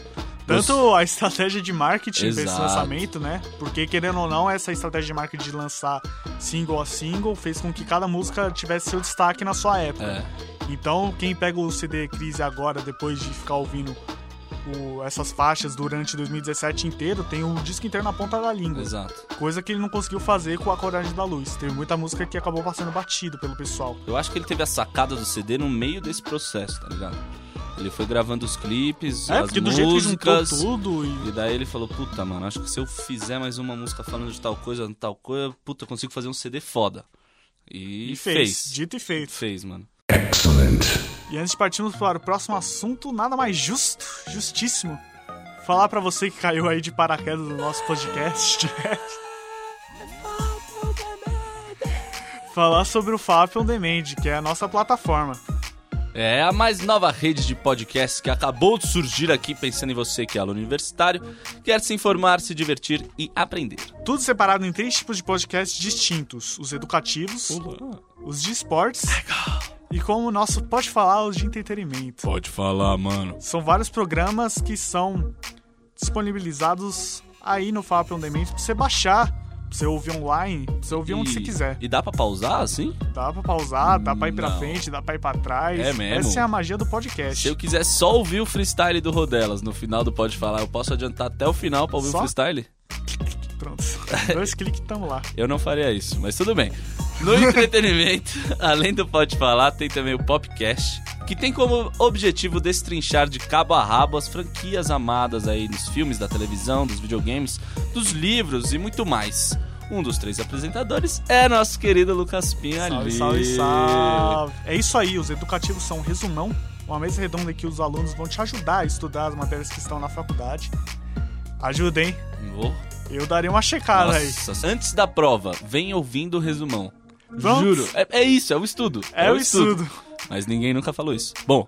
A: Nos-
D: Tanto a estratégia de marketing desse
A: Exato.
D: lançamento, né? Porque, querendo ou não, essa estratégia de marketing de lançar single a single fez com que cada música tivesse seu destaque na sua época.
A: É.
D: Então, quem pega o CD Crise agora, depois de ficar ouvindo o- essas faixas durante 2017 inteiro, tem o disco inteiro na ponta da língua.
A: Exato.
D: Coisa que ele não conseguiu fazer com a Coragem da Luz. Teve muita música que acabou passando batido pelo pessoal.
A: Eu acho que ele teve a sacada do CD no meio desse processo, tá ligado? Ele foi gravando os clipes,
D: é,
A: as
D: porque do jeito que juntou
A: músicas.
D: tudo e
A: E daí ele falou, puta, mano, acho que se eu fizer mais uma música falando de tal coisa, tal coisa, puta, eu consigo fazer um CD foda. E,
D: e fez. Dito e feito.
A: Fez, mano.
D: E antes de partirmos para o próximo assunto, nada mais justo, justíssimo, falar pra você que caiu aí de paraquedas no nosso podcast. né? falar sobre o FAP on Demand, que é a nossa plataforma.
A: É a mais nova rede de podcasts que acabou de surgir aqui, pensando em você que é aluno universitário, quer se informar, se divertir e aprender.
D: Tudo separado em três tipos de podcasts distintos: os educativos, os de esportes e como o nosso pode falar, os de entretenimento.
A: Pode falar, mano.
D: São vários programas que são disponibilizados aí no FAP On Demand pra você baixar, pra você ouvir online, pra você ouvir onde você quiser.
A: E dá pra pausar, assim?
D: Dá pra pausar, dá pra ir pra
A: Não.
D: frente, dá pra ir pra trás.
A: É mesmo?
D: Essa é a magia do
A: Se
D: podcast.
A: eu quiser só ouvir o freestyle do Rodelas no final do Pode Falar, eu posso adiantar até o final pra ouvir
D: Só?
A: o freestyle?
D: Pronto. Dois cliques tamo lá.
A: Eu não faria isso, mas tudo bem. No entretenimento, além do Pode Falar, tem também o Popcast, que tem como objetivo destrinchar de cabo a rabo as franquias amadas aí nos filmes, da televisão, dos videogames, dos livros e muito mais. Um dos três apresentadores é nosso querido Lucas Pinhali.
D: Salve, salve, salve. É isso aí, os educativos são um resumão, uma mesa redonda em que os alunos vão te ajudar a estudar as matérias que estão na faculdade. Ajuda, hein?
A: Oh,
D: Eu daria uma checada aí.
A: nossa. Antes da prova, vem ouvindo o resumão.
D: Vamos.
A: Juro, é, é isso, é o estudo.
D: É o estudo.
A: Mas ninguém nunca falou isso. Bom,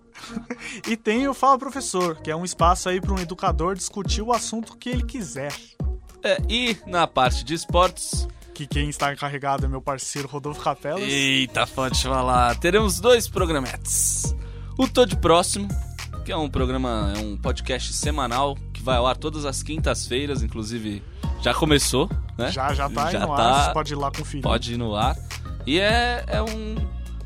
D: E tem o Fala Professor, que é um espaço aí para um educador discutir o assunto que ele quiser.
A: é, e na parte de esportes,
D: Que quem está encarregado é meu parceiro Rodolfo Capelas.
A: Eita, pode falar. Teremos dois programetes. O Todo Próximo, que é um programa, é um podcast semanal que vai ao ar todas as quintas-feiras, inclusive já começou, né?
D: Já, já tá aí
A: Já
D: no
A: tá.
D: ar, você pode ir lá conferir.
A: Pode ir no ar. E é, é um-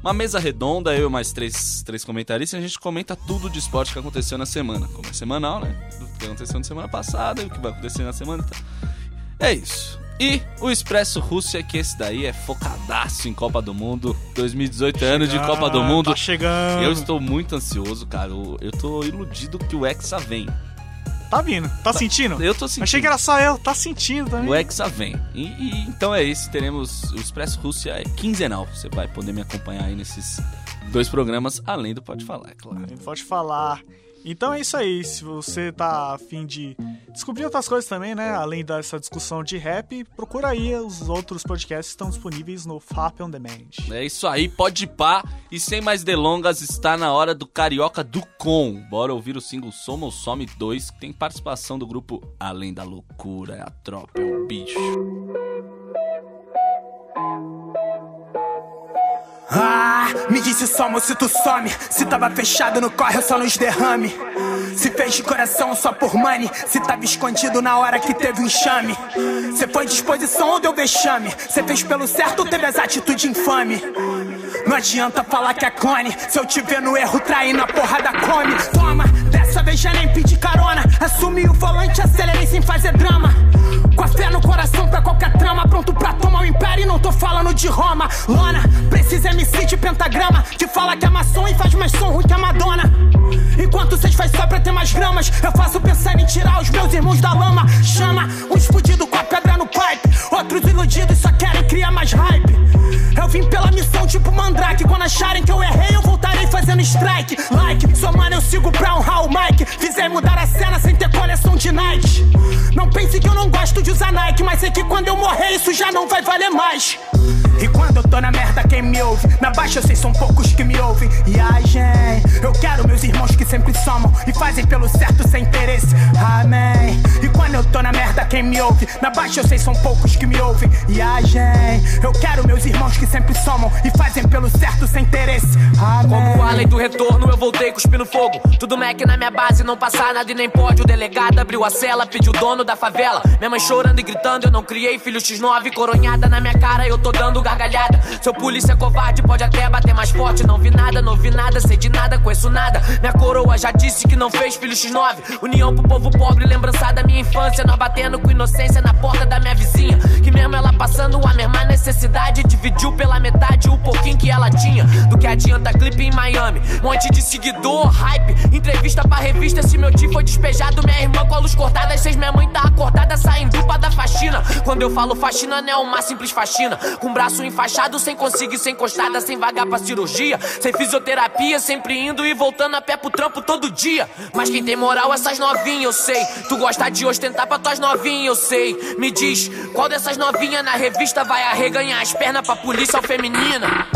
A: uma mesa redonda, eu e mais três, três comentaristas, a gente comenta tudo de esporte que aconteceu na semana. Como é semanal, né? Do que aconteceu na semana passada, e o que vai acontecer na semana. e tal. É isso. E o Expresso Rússia, que esse daí é focadaço em Copa do Mundo. 2018 ano de
D: Ah,
A: Copa do Mundo.
D: Tá chegando.
A: Eu estou muito ansioso, cara. Eu, eu tô iludido que o Hexa vem.
D: Tá vindo. Tá sentindo?
A: Eu tô sentindo.
D: Achei que era só eu. Tá sentindo também.
A: O Hexa vem. E, e- então é isso. Teremos o Expresso Rússia é quinzenal. Você vai poder me acompanhar aí nesses dois programas, além do Pode Falar, é claro.
D: Ele pode falar. Então é isso aí. Se você tá afim de descobrir outras coisas também, né? Além dessa discussão de rap, procura aí os outros podcasts que estão disponíveis no FAP On Demand.
A: É isso aí, pode pá. E sem mais delongas, está na hora do Carioca do Com. Bora ouvir o single Soma ou Some 2, que tem participação do grupo Além da Loucura, é a tropa, é o bicho.
H: Ah, me disse só, se tu some. Se tava fechado no corre, eu só nos derrame. Se fez de coração só por money. Se tava escondido na hora que teve o enxame. Cê foi disposição ou deu vexame? Cê fez pelo certo ou teve as atitudes infame? Não adianta falar que é clone. Se eu te ver no erro, traindo a porrada come. Toma, dessa vez já nem pedi carona. Assumi o volante, acelerei sem fazer drama. Com a fé no coração pra qualquer trama. Pronto pra tomar o império, e não tô falando de Roma. Lona, precisa MC de pentagrama. Que fala que é maçom e faz mais som ruim que a Madonna. Enquanto vocês faz só pra ter mais gramas, eu faço pensar em tirar os meus irmãos da lama. Chama uns fudidos com a pedra no pipe. Outros iludidos só querem criar mais hype. Eu vim pela missão tipo mandrake. Quando acharem que eu errei, eu voltarei fazendo strike. Like, sou mano, eu sigo pra honrar o Mike. Fizei mudar a cena sem ter coleção de Nike. Não pense que eu não gosto de usar Nike, mas sei que quando eu morrer, isso já não vai valer mais. E quando eu tô na merda, quem me ouve? Na baixa, vocês são poucos que me ouvem. E ai, gente, eu quero meus irmãos que sempre somam e fazem pelo certo sem interesse. Amém. E quando eu tô na merda, quem me ouve? Na baixa, vocês são poucos que me ouvem. E ai, gente, eu quero meus irmãos que sempre somam e fazem pelo certo sem interesse.
I: Como a
H: Amém.
I: lei do retorno, eu voltei cuspindo fogo. Tudo mec na minha base, não passar nada e nem pode. O delegado abriu a cela, pediu o dono da favela. Minha mãe chorando e gritando, eu não criei filho X9. Coronhada na minha cara, eu tô dando gargalhada. Seu polícia covarde, pode até bater mais forte. Não vi nada, não vi nada, sei de nada, conheço nada. Minha coroa já disse que não fez filho X9. União pro povo pobre, lembrança da minha infância. Nós batendo com inocência na porta da minha vizinha. Que mesmo ela passando a mesma necessidade, dividiu pela metade o pouquinho que ela tinha. Do que adianta clipe em Miami? Monte de seguidor, hype, entrevista pra revista. Se meu tio foi despejado, minha irmã com a luz cortada. Às seis, minha mãe tá acordada, saindo pra da faxina. Quando eu falo faxina, não é uma simples faxina. Com braço enfaixado, sem conseguir, sem encostada, sem vagar pra cirurgia. Sem fisioterapia, sempre indo e voltando a pé pro trampo todo dia. Mas quem tem moral, é essas novinhas, eu sei. Tu gosta de ostentar pra tuas novinhas, eu sei. Me diz, qual dessas novinhas na revista vai arreganhar as pernas pra polícia feminina?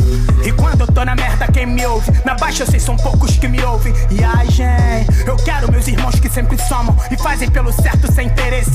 H: E quando eu tô na merda, quem me ouve? Na baixa, vocês são poucos que me ouvem. E ai, gente, eu quero meus irmãos que sempre somam e fazem pelo certo sem interesse.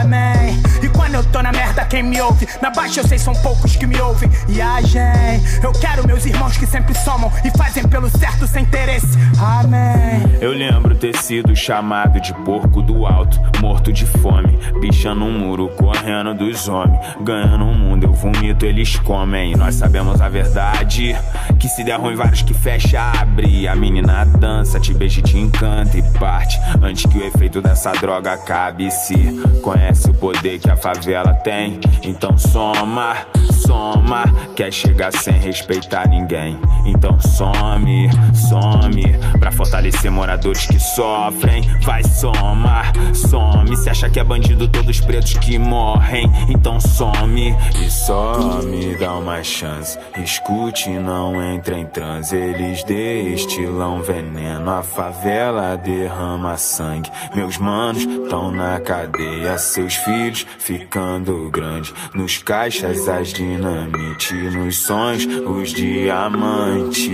H: Amém. E quando eu tô na merda, quem me ouve? Na baixa, vocês são poucos que me ouvem. E ai, gente, eu quero meus irmãos que sempre somam e fazem pelo certo sem interesse. Amém.
J: Eu lembro ter sido chamado de porco do alto, morto de fome, pichando um muro, correndo dos homens, ganhando um mundo, eu vomito, eles comem. Nós sabemos a verdade, que se der ruim, vários que fecha, abre. A menina dança, te beija, e te encanta e parte, antes que o efeito dessa droga acabe. Se conhece o poder que a favela tem, então soma, soma. Quer chegar sem respeitar ninguém, então some, some. Pra fortalecer moradores que sofrem, vai somar, some. Se acha que é bandido, todos pretos que morrem, então some e some. Dá uma chance, escute, não entra em transe. Eles destilam veneno, a favela derrama sangue. Meus manos estão na cadeia, seus filhos ficando grandes. Nos caixas, as dinamite, nos sonhos, os diamantes.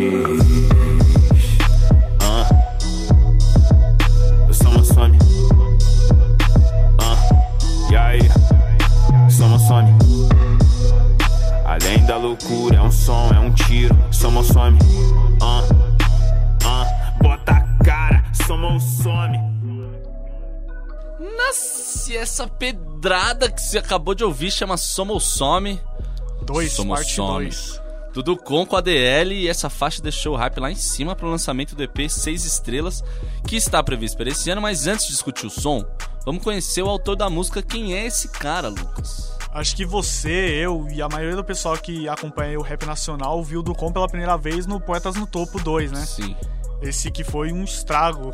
J: Ah. Eu sou uma some. Ah. E aí? Sou uma some. Além da loucura, é um som, é um tiro. Somos some. Ah. Ah. Bota a cara, somos some.
A: Nossa, e essa pedrada que você acabou de ouvir chama Soma ou Some.
D: Dois,
A: Somos
D: parte
A: some.
D: 2.
A: Tudo com com a DL e essa faixa deixou o hype lá em cima para o lançamento do EP 6 Estrelas, que está previsto para esse ano, mas antes de discutir o som, vamos conhecer o autor da música. Quem é esse cara, Lucas?
D: Acho que você, eu e a maioria do pessoal que acompanha o rap nacional viu o Ducom pela primeira vez no Poetas no Topo 2, né?
A: Sim,
D: Esse que foi um estrago.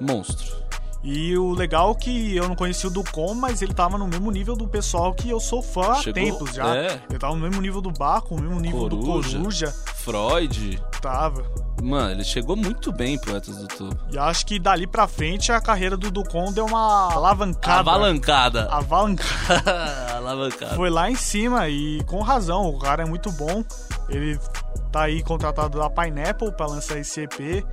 A: monstro.
D: E o legal é que eu não conhecia o Ducom, mas ele tava no mesmo nível do pessoal que eu sou fã há
A: Chegou-
D: tempos já.
A: é.
D: Ele tava no mesmo nível do Baco, no mesmo nível
A: Coruja.
D: do Coruja.
A: Freud.
D: Tava.
A: Mano, ele chegou muito bem pro Poetas do Topo.
D: E acho que dali pra frente a carreira do Ducom deu uma alavancada.
A: Avalancada.
D: Alavancada.
A: Alavancada.
D: Foi lá em cima e com razão, o cara é muito bom. Ele tá aí contratado da Pineapple pra lançar esse EP.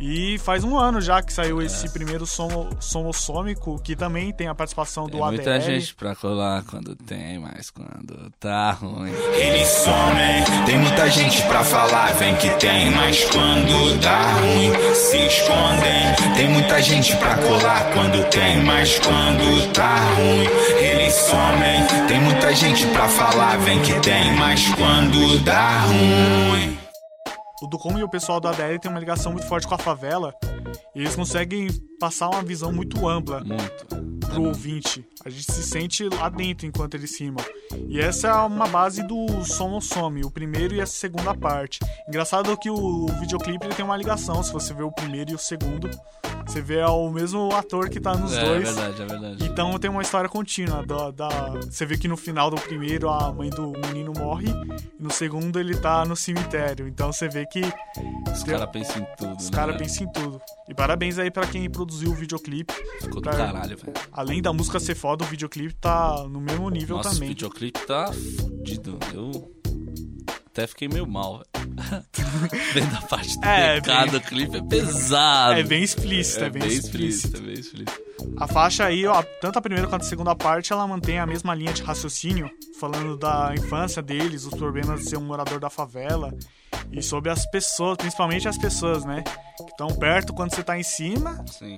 D: E faz um ano já que saiu esse primeiro som, somossômico, que também tem a participação do
A: Tem muita
D: ADL.
A: gente pra colar quando tem, mas quando tá ruim.
J: Eles somem, tem muita gente pra falar, vem que tem, mas quando dá ruim, se escondem. Tem muita gente pra colar quando tem, mas quando tá ruim, eles somem. Tem muita gente pra falar, vem que tem, mas quando dá ruim.
D: O Ducom e o pessoal do ADL tem uma ligação muito forte com a favela. E eles conseguem passar uma visão muito ampla
A: Muito.
D: pro ouvinte. A gente se sente lá dentro enquanto eles rimam. E essa é uma base do Som não Some, o primeiro e a segunda parte. Engraçado que o videoclipe ele tem uma ligação, se você vê o primeiro e o segundo, você vê é o mesmo ator que tá nos
A: É, é
D: dois.
A: verdade, é verdade.
D: Então tem uma história contínua. Da, da- Você vê que no final do primeiro a mãe do menino morre, e no segundo ele tá no cemitério. Então você vê que
A: Os caras pensam em tudo.
D: os
A: né,
D: caras
A: velho?
D: pensam em tudo. E parabéns aí pra quem produziu o videoclipe.
A: Ficou do
D: Pra-
A: caralho, velho.
D: Além da música ser foda, o videoclipe tá no mesmo nível
A: Nossa, o
D: também.
A: videoclipe tá fudido. Eu até fiquei meio mal, velho. Vendo a parte do
D: É,
A: pecado,
D: bem-
A: o clipe é pesado.
D: É bem explícito, é bem explícito.
A: É bem explícito.
D: A faixa aí, ó, tanto a primeira quanto a segunda parte, ela mantém a mesma linha de raciocínio, falando da infância deles, os problemas de ser um morador da favela e sobre as pessoas, principalmente as pessoas, né? Que estão perto quando você tá em cima,
A: Sim.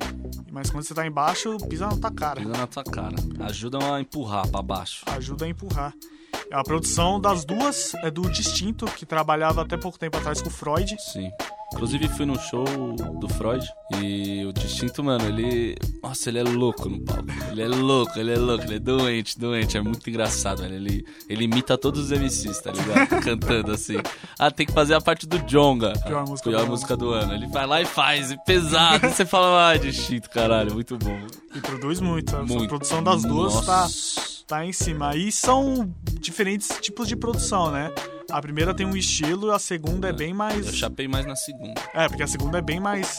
D: mas quando você tá embaixo, pisa na tua cara.
A: Pisa na tua cara. Ajudam a empurrar pra baixo.
D: Ajuda a empurrar. A produção das duas é do Distinto, que trabalhava até pouco tempo atrás com o Freud.
A: Sim. Inclusive fui num show do Freud e o Distinto, mano, ele. Nossa, ele é louco no palco. Ele é louco, ele é louco, ele é doente, doente. É muito engraçado, velho. Ele, ele imita todos os MCs, tá ligado? Cantando assim. Ah, tem que fazer a parte do Jonga.
D: Pior música
A: Pior
D: do
A: música do ano. Ele vai lá e faz, e pesado. Você fala, ah, Distinto, caralho, muito bom.
D: E produz muito.
A: Muito.
D: A produção das duas tá,
A: Nossa.
D: tá em cima. E são diferentes tipos de produção, né? A primeira tem um estilo, a segunda é bem
A: Eu
D: mais.
A: chapei mais na segunda.
D: É, porque a segunda é bem mais.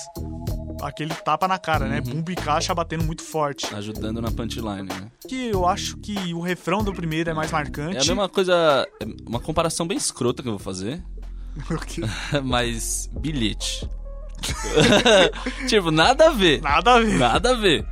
D: Aquele tapa na cara,
A: Uhum.
D: né? Bumbo e caixa batendo muito forte.
A: Ajudando na punchline, né?
D: Que eu acho que o refrão do primeiro é mais marcante.
A: É a mesma coisa, é uma comparação bem escrota que eu vou fazer,
D: Porque
A: mas bilhete. tipo, nada a ver.
D: Nada a ver.
A: Nada a ver.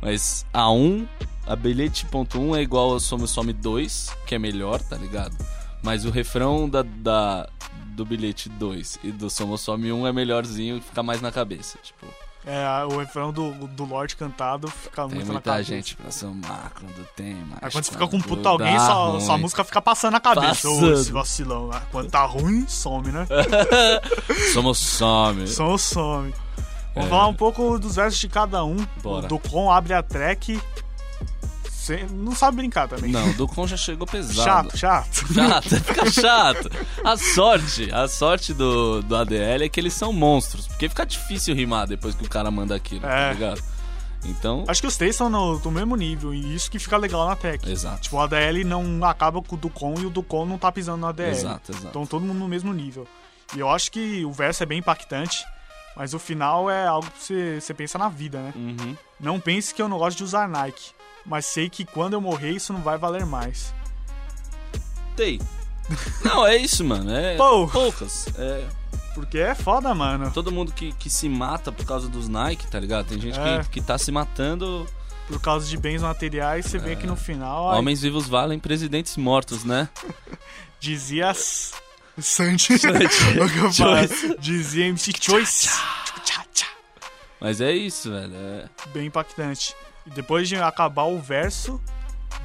A: Mas a 1, a bilhete.1 é igual ao Somos Some 2, que é melhor, tá ligado? Mas o refrão da, da- do bilhete 2 e do Somos Some 1 é melhorzinho e fica mais na cabeça. Tipo,
D: É, o refrão do, do Lorde cantado fica
A: tem
D: muito na
A: muita
D: cabeça.
A: gente pra ser um macro do tema.
D: Aí quando você fica com puta alguém, sua, sua música fica passando na cabeça. Ô,
A: Passando.
D: esse vacilão, né? Quando tá ruim, some, né?
A: Somos Some.
D: Som some. Vamos falar um pouco dos versos de cada um.
A: É. Bora.
D: O Ducon abre a track. Cê não sabe brincar também.
A: Não, o Ducon já chegou pesado.
D: Chato, chato.
A: Chato, fica chato. A sorte, a sorte do, do ADL é que eles são monstros. Porque fica difícil rimar depois que o cara manda aquilo, tá
D: É.
A: ligado? Então,
D: Acho que os três são no, do mesmo nível, e isso que fica legal na track.
A: Exato.
D: Tipo, o ADL não acaba com o Ducon e o Ducon não tá pisando no ADL.
A: Exato, exato.
D: Então todo mundo no mesmo nível. E eu acho que o verso é bem impactante, mas o final é algo que você, você pensa na vida, né?
A: uhum.
D: Não pense que eu não gosto de usar Nike, mas sei que quando eu morrer isso não vai valer mais.
A: Tem. Não, é isso, mano. É
D: Pou.
A: poucas. É,
D: Porque é foda, mano.
A: todo mundo que, que se mata por causa dos Nike, tá ligado? Tem gente
D: É.
A: que, que tá se matando.
D: Por causa de bens materiais, você vê que
A: É.
D: no final ai,
A: Homens vivos valem presidentes mortos, né?
D: dizia s- Santi. O que eu falo? dizia MC Choice. Tchá, tchá.
A: Mas é isso, velho. É.
D: Bem impactante. E depois de acabar o verso,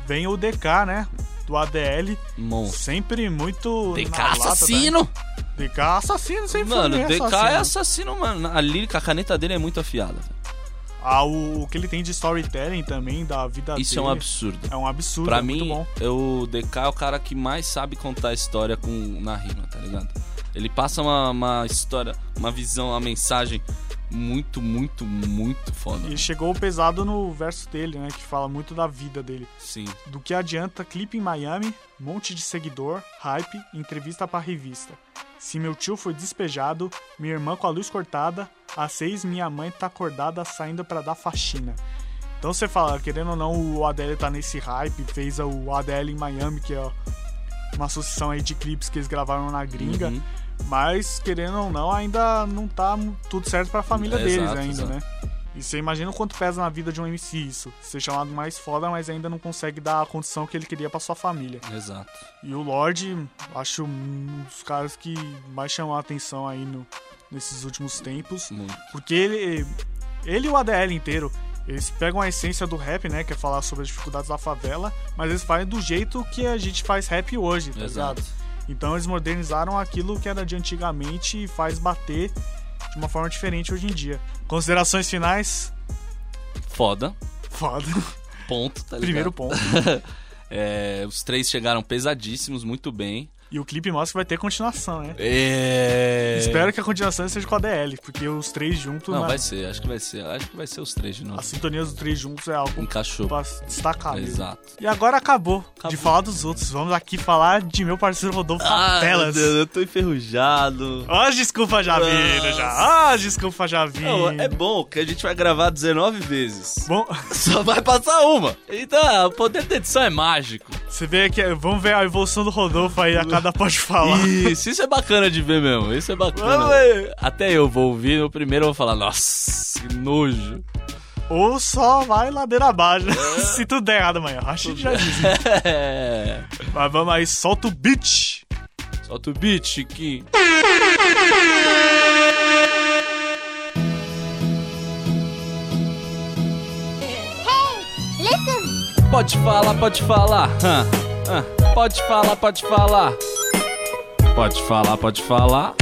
D: vem o DK, né? Do ADL.
A: Monstro.
D: Sempre muito.
A: DK
D: na lata, tá?
A: assassino!
D: DK assassino, sempre foi
A: Mano, o
D: meio
A: DK é assassino, mano. A lírica, a caneta dele é muito afiada. velho.
D: Ah, o, o que ele tem de storytelling também, da vida
A: Isso é
D: Tá dele.
A: um absurdo.
D: É um absurdo,
A: Pra
D: é muito
A: mim,
D: bom.
A: é o DK é o cara que mais sabe contar a história com, na rima, tá ligado? Ele passa uma, uma história, uma visão, uma mensagem muito, muito, muito foda.
D: E chegou pesado no verso dele, né? Que fala muito da vida dele.
A: Sim.
D: Do que adianta clipe em Miami, monte de seguidor, hype, entrevista pra revista. Se meu tio foi despejado, minha irmã com a luz cortada, às seis minha mãe tá acordada saindo pra dar faxina. Então você fala, querendo ou não, o ADL tá nesse hype, fez o ADL em Miami, que é uma associação aí de clipes que eles gravaram na gringa.
A: Uhum.
D: Mas, querendo ou não, ainda não tá tudo certo pra família
A: É,
D: deles
A: exato,
D: ainda,
A: exato.
D: né? E você imagina o quanto pesa na vida de um MC isso. Ser chamado mais foda, mas ainda não consegue dar a condição que ele queria pra sua família.
A: Exato.
D: E o Lorde, acho um dos caras que mais chamou a atenção aí no- nesses últimos tempos.
A: Muito.
D: Porque ele, ele e o ADL inteiro, eles pegam a essência do rap, né? Que é falar sobre as dificuldades da favela, mas eles fazem do jeito que a gente faz rap hoje, tá
A: Exato.
D: ligado? Então eles modernizaram aquilo que era de antigamente e faz bater de uma forma diferente hoje em dia. Considerações finais?
A: Foda.
D: Foda.
A: ponto, tá ligado?
D: Primeiro ponto.
A: É, os três chegaram pesadíssimos, muito bem.
D: E o clipe mostra que vai ter continuação, né?
A: É...
D: Espero que a continuação seja com a DL, porque os três juntos.
A: Não,
D: mano,
A: vai ser, acho que vai ser. Acho que vai ser os três de novo.
D: A sintonia dos três juntos é algo
A: Encaixou.
D: pra destacar. mesmo.
A: Exato.
D: E agora acabou, de falar dos outros. Vamos aqui falar de meu parceiro Rodolfo Telas.
A: meu Deus, eu tô enferrujado.
D: Ó, as desculpas já vindo, já. Ó, as desculpas já
A: Não,
D: vindo.
A: é bom que a gente vai gravar 19 vezes.
D: Bom,
A: Só vai passar uma. Então, o poder da edição é mágico.
D: você vê que. Vamos ver a evolução do Rodolfo aí a cada pode falar.
A: Isso, isso é bacana de ver mesmo. Isso é bacana. Até eu vou ouvir, no primeiro eu vou falar, nossa, que nojo.
D: Ou só vai ladeira abaixo.
A: É.
D: Se tudo der errado amanhã. Acho que já disse. Mas vamos aí, solta o beat.
A: Solta o beat, Chiquinho. Pode falar, pode falar. hã, hã. Pode falar, pode falar. Pode falar, pode falar.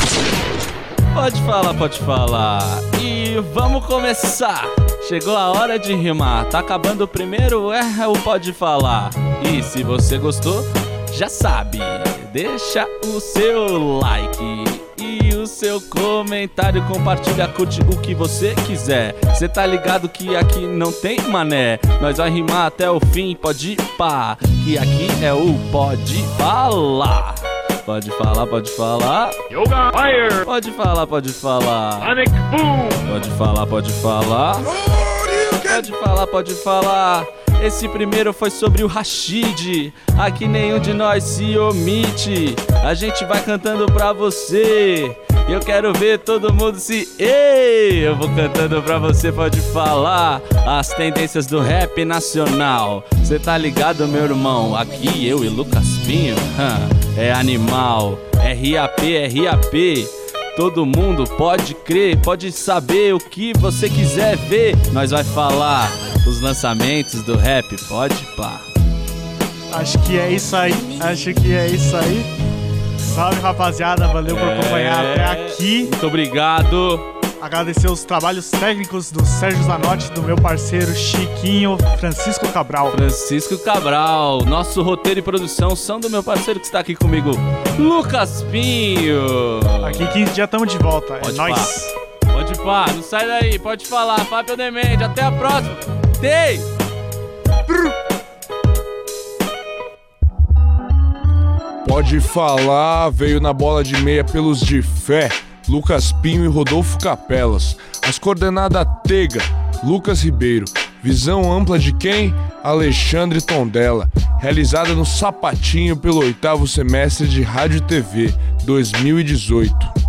A: Pode falar, pode falar. E vamos começar. Chegou a hora de rimar. Tá acabando o primeiro, é o pode falar. E se você gostou, já sabe. Deixa o seu like e o seu comentário. Compartilha, curte o que você quiser. Cê tá ligado que aqui não tem mané. Nós vai rimar até o fim, pode pá. Que aqui é o pode falar. Pode falar, pode falar.
C: Yoga Fire!
A: Pode falar, pode falar.
C: Panic Boom!
A: Pode falar, pode falar. Pode falar, pode falar. Esse primeiro foi sobre o Rashid. Aqui nenhum de nós se omite. A gente vai cantando pra você. Eu quero ver todo mundo se. Ei! Eu vou cantando pra você, pode falar. As tendências do rap nacional. Cê tá ligado, meu irmão? Aqui eu e Lucas Pinho. hã, É animal. RAP, RAP. Todo mundo pode crer, pode saber o que você quiser ver. Nós vai falar os lançamentos do rap, pode pá.
D: Acho que é isso aí. Acho que é isso aí. Salve, rapaziada. Valeu por acompanhar
A: É.
D: até aqui.
A: Muito obrigado.
D: Agradecer os trabalhos técnicos do Sérgio Zanotti, do meu parceiro Chiquinho Francisco Cabral.
A: Francisco Cabral, nosso roteiro e produção são do meu parceiro que está aqui comigo, Lucas Pinho.
D: Aqui 15 dias estamos de volta. É
A: Pode
D: nóis.
A: Pode pá, não sai daí, pode falar, Fábio Demente, até a próxima. Tem!
C: Pode falar, veio na bola de meia pelos de fé, Lucas Pinho e Rodolfo Capelas. As coordenadas Tega, Lucas Ribeiro. Visão ampla de quem? Alexandre Tondela. Realizada no Sapatinho pelo oitavo semestre de Rádio e TV, 2018.